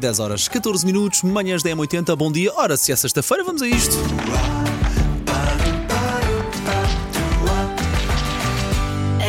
10 horas 14 minutos, manhãs 10 80 bom dia. Ora, se é sexta-feira, vamos a isto.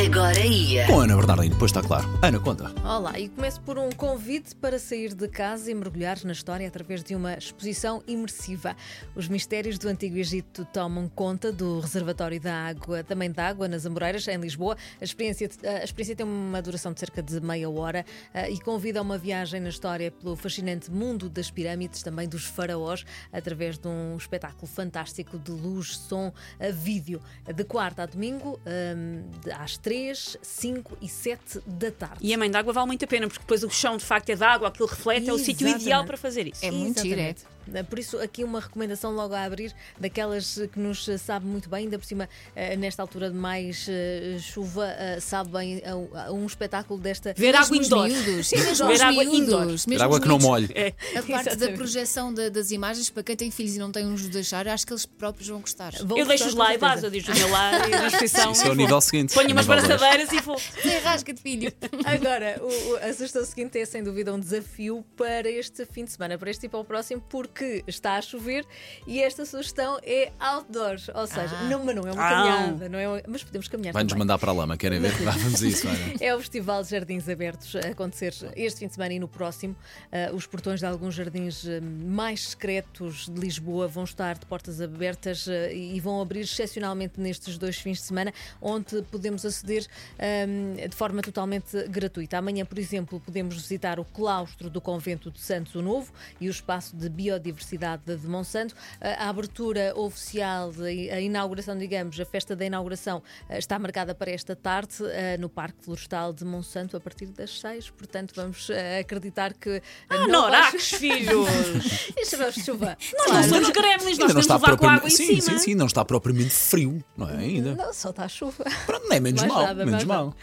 Agora ia. Com a Ana Bernardino, depois está claro. Ana, conta. Olá, e começo por um convite para sair de casa e mergulhar na história através de uma exposição imersiva. Os mistérios do Antigo Egito tomam conta do Reservatório da Água, também da Água, nas Amoreiras, em Lisboa. A experiência, a experiência tem uma duração de cerca de meia hora eh, e convida a uma viagem na história pelo fascinante mundo das pirâmides, também dos faraós, através de um espetáculo fantástico de luz, som, a vídeo, de quarta a domingo, hum, de- às três, cinco e sete da tarde. E a mãe d'água vale muito a pena, porque depois o chão de facto é de água, aquilo reflete, é o sítio Exatamente. ideal para fazer isso. É muito giro, é? Exatamente. Por isso, aqui uma recomendação logo a abrir, daquelas eh, que nos eh, sabe muito bem, ainda por cima, eh, nesta altura de mais eh, chuva, eh, sabe bem a um- a um espetáculo desta. Ver água Mesmo os indoor. miúdos, Sim, mesmo Ver os água miúdos, indoor. mesmo Ter os água que não miúdos. molhe. É. A parte da Exatamente. projeção da- das imagens, para quem tem filhos e não tem onde os deixar, acho que eles próprios vão gostar. Vão Eu deixo-os gostar, lá com e vaso, eu certeza. deixo o meu lá e a inscrição. Isso é o nível seguinte. Ponho umas Nível dois. braçadeiras e vou. Ah, Rasca de filho. Agora, o, o, a sugestão seguinte é sem dúvida um desafio para este fim de semana, para este e para o próximo, porque está a chover e esta sugestão é outdoors, ou seja, Ah. não, mas não é uma Ah. caminhada, não é uma- mas podemos caminhar Vai-nos também. mandar para a lama, querem ver? Vá, Vamos a isso, Ana. É o Festival de Jardins Abertos a acontecer este fim de semana e no próximo. Ah, os portões de alguns jardins ah, mais secretos de Lisboa vão estar de portas abertas ah, e vão abrir excepcionalmente nestes dois fins de semana, onde podemos aceder ah, de forma totalmente gratuita. Amanhã, por exemplo, podemos visitar o claustro do convento de Santos o Novo e o espaço de biodiversidade de Monsanto. Ah, a abertura oficial, de- a inauguração, digamos, a festa da inauguração ah, está marcada para esta tarde ah, no Parque Florestal de Monsanto a partir das seis. Portanto, vamos ah, acreditar que. Ah, Norax, filhos! Chamamos de é chuva. Nós não somos gremlins, nós temos de levar com água em Sim, cima. sim, sim, não está propriamente frio, não é? Ainda. Não, só está a chuva. Pronto, não é menos Mais mal. nada, Menos mais nada. mal.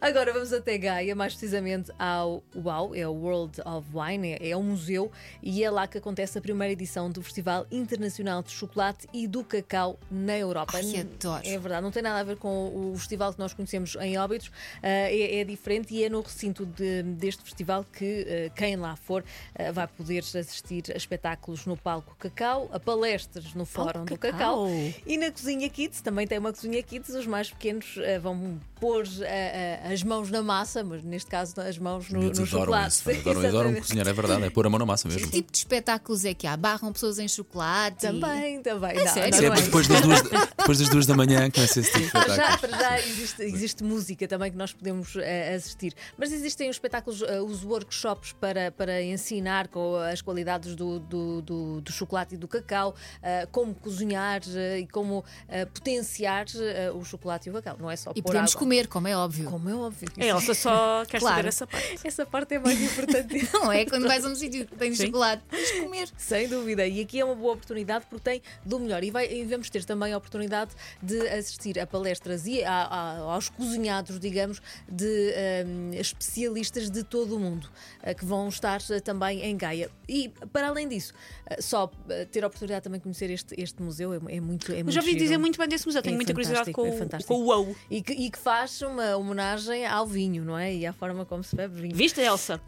Agora vamos até Gaia, mais precisamente ao WOW, é o World of Wine, é é um museu e é lá que acontece a primeira edição do Festival Internacional de Chocolate e do Cacau na Europa. Ai, adoro. É verdade, não tem nada a ver com o festival que nós conhecemos em Óbidos, ah, é, é diferente e é no recinto de- deste festival que ah, quem lá for ah, vai poder assistir a espetáculos no palco Cacau, a palestras no Fórum do Cacau. Cacau. E na Cozinha Kids, também tem uma Cozinha Kids, os mais pequenos eh, vão pôr eh, eh, as mãos na massa, mas neste caso as mãos no, Os miúdos no adoram chocolate. isso, adoram, adoram Exatamente. cozinhar, é verdade, é pôr a mão na massa mesmo. Que tipo de espetáculos é que há? Barram pessoas em chocolate? e- Também, também. Não, sério? não Isso é é. depois das duas, depois das duas da manhã começa esse tipo de Para já, espetáculo. para já existe, existe música também que nós podemos eh, assistir. Mas existem os espetáculos, eh, os workshops para, para ensinar com as qualidades do, do, do- do chocolate e do cacau, eh, como cozinhar eh, e como eh, potenciar eh, o chocolate e o cacau. Não é só E pôr podemos água. comer, como é óbvio. Como é óbvio. A Elsa só quer Claro. saber essa parte. Essa parte é mais importante. Não é? Quando vais a um sítio que tem Sim. chocolate, tens de comer. Sem dúvida, e aqui é uma boa oportunidade porque tem do melhor. E, vai, e vamos ter também a oportunidade de assistir a palestras e a- a- aos cozinhados, digamos, de hum, especialistas de todo o mundo eh, que vão estar eh, também em Gaia. E para além disso, eh, só eh, ter a oportunidade também de conhecer este, este museu é, é muito. É Eu muito já ouvi giro. dizer muito bem desse museu, É tenho muita curiosidade fantástico, com, é o- fantástico. com o UOU. E que, e que faz uma homenagem ao vinho, não é? E à forma como se bebe vinho. Viste, Elsa?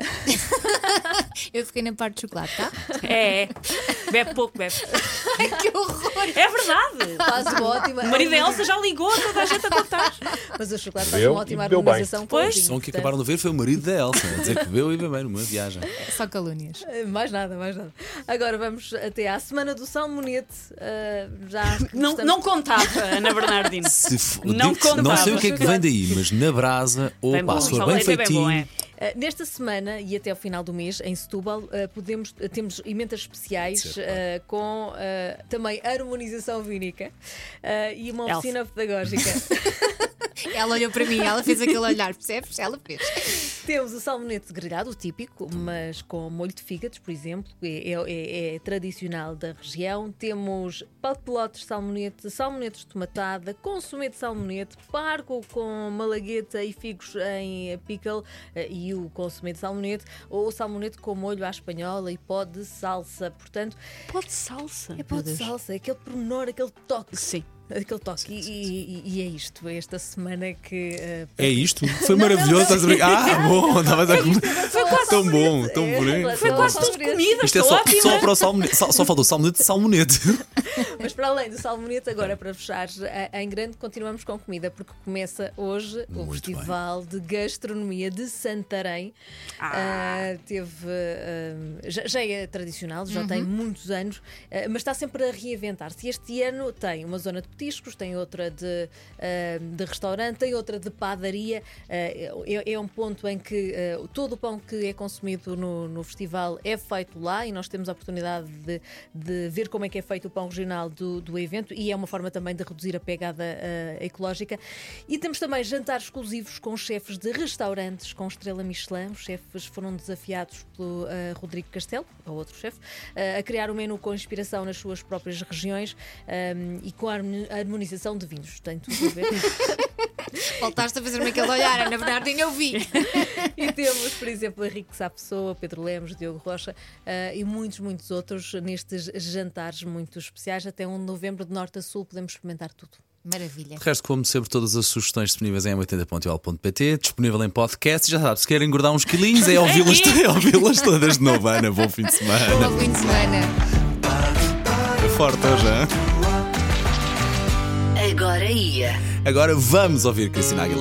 Eu fiquei na parte de chocolate, tá? É, é. Bebe pouco, bebe. Ai, que horror! É verdade! Faz uma ótima. O marido da Elsa já ligou a toda a gente a contar. Mas o chocolate faz Bebeu uma ótima e bebeu bem. harmonização com o Pois. vinho, O som que portanto. acabaram de ver foi o marido da Elsa, a dizer que bebeu e bebeu numa viagem. Só calúnias. Eh, Mais nada, mais nada. Agora vamos até à semana do Salmonete. Ah, já acho que Não, estamos- não contava, Ana Bernardino. Se fo- Não digo-te, não sei contava. o que é que vem daí, mas na brasa, ou Bem bom, pá, se for só bem leite é bem feitinho. bom, é. Ah, nesta semana e até ao final do mês, em Setúbal, ah, podemos, ah, temos emendas especiais Certo. ah, com ah, também harmonização vínica ah, e uma Elsa. oficina pedagógica. Ela olhou para mim, ela fez aquele olhar, percebes? Ela fez. temos o salmonete grelhado, o típico, mas com molho de fígados, por exemplo, é, é- é tradicional da região. Temos papelotes de salmonete, salmonetes de tomatada, consumê de salmonete, pargo com malagueta e figos em pickle eh, e o consumê de salmonete, ou salmonete com molho à espanhola e pó de salsa. Portanto, Pode salsa. é pó de salsa, é aquele é pormenor, aquele toque. Sim. Aquele toque. E, e- e é isto. é Esta semana que. eh, É isto? Foi maravilhoso. estás a brincar? Ah, bom, estavas a comer. Tão bom, tão é, bonito. Foi Quase Só tudo por isso. comida, Isto é estou só, ótima. só para o salmonete. Só, só faltou salmonete, salmonete. Mas para além do salmonete, agora para fechar eh, em grande, continuamos com comida, porque começa hoje o Muito Festival de Gastronomia de Santarém. Ah, teve. eh, já, já é tradicional, já tem muitos anos, eh, mas está sempre a reinventar-se. Este ano tem uma zona de petiscos, tem outra de, eh, de restaurante, tem outra de padaria. Eh, é, é um ponto em que eh, todo o pão que é consumido no, no festival é feito lá e nós temos a oportunidade de, de ver como é que é feito o pão regional do, do evento e é uma forma também de reduzir a pegada eh, ecológica. E temos também jantares exclusivos com chefes de restaurantes com estrela Michelin. Os chefes foram desafiados pelo eh, Rodrigo Castelo, ou outro chefe, eh, a criar um menu com inspiração nas suas próprias regiões ehm, e com a harmoni- a harmonização de vinhos. Tem tudo a ver. Voltaste a fazer-me aquele olhar, Ana Bernardina, eu vi. E temos, por exemplo, Henrique Sá Pessoa, Pedro Lemos, Diogo Rocha eh, e muitos, muitos outros nestes jantares muito especiais. Até 1 de novembro, de norte a sul, podemos experimentar tudo. Maravilha. De resto, como sempre, todas as sugestões disponíveis em 80.ol.pt, disponível em podcast. Já sabe, se querem engordar uns quilinhos, é ouvi-las é ouvi-las todas de novo, Ana. Bom fim de semana. Bom fim de semana. Forte hoje, hein? Agora ia. Agora vamos ouvir Cristina Aguilera.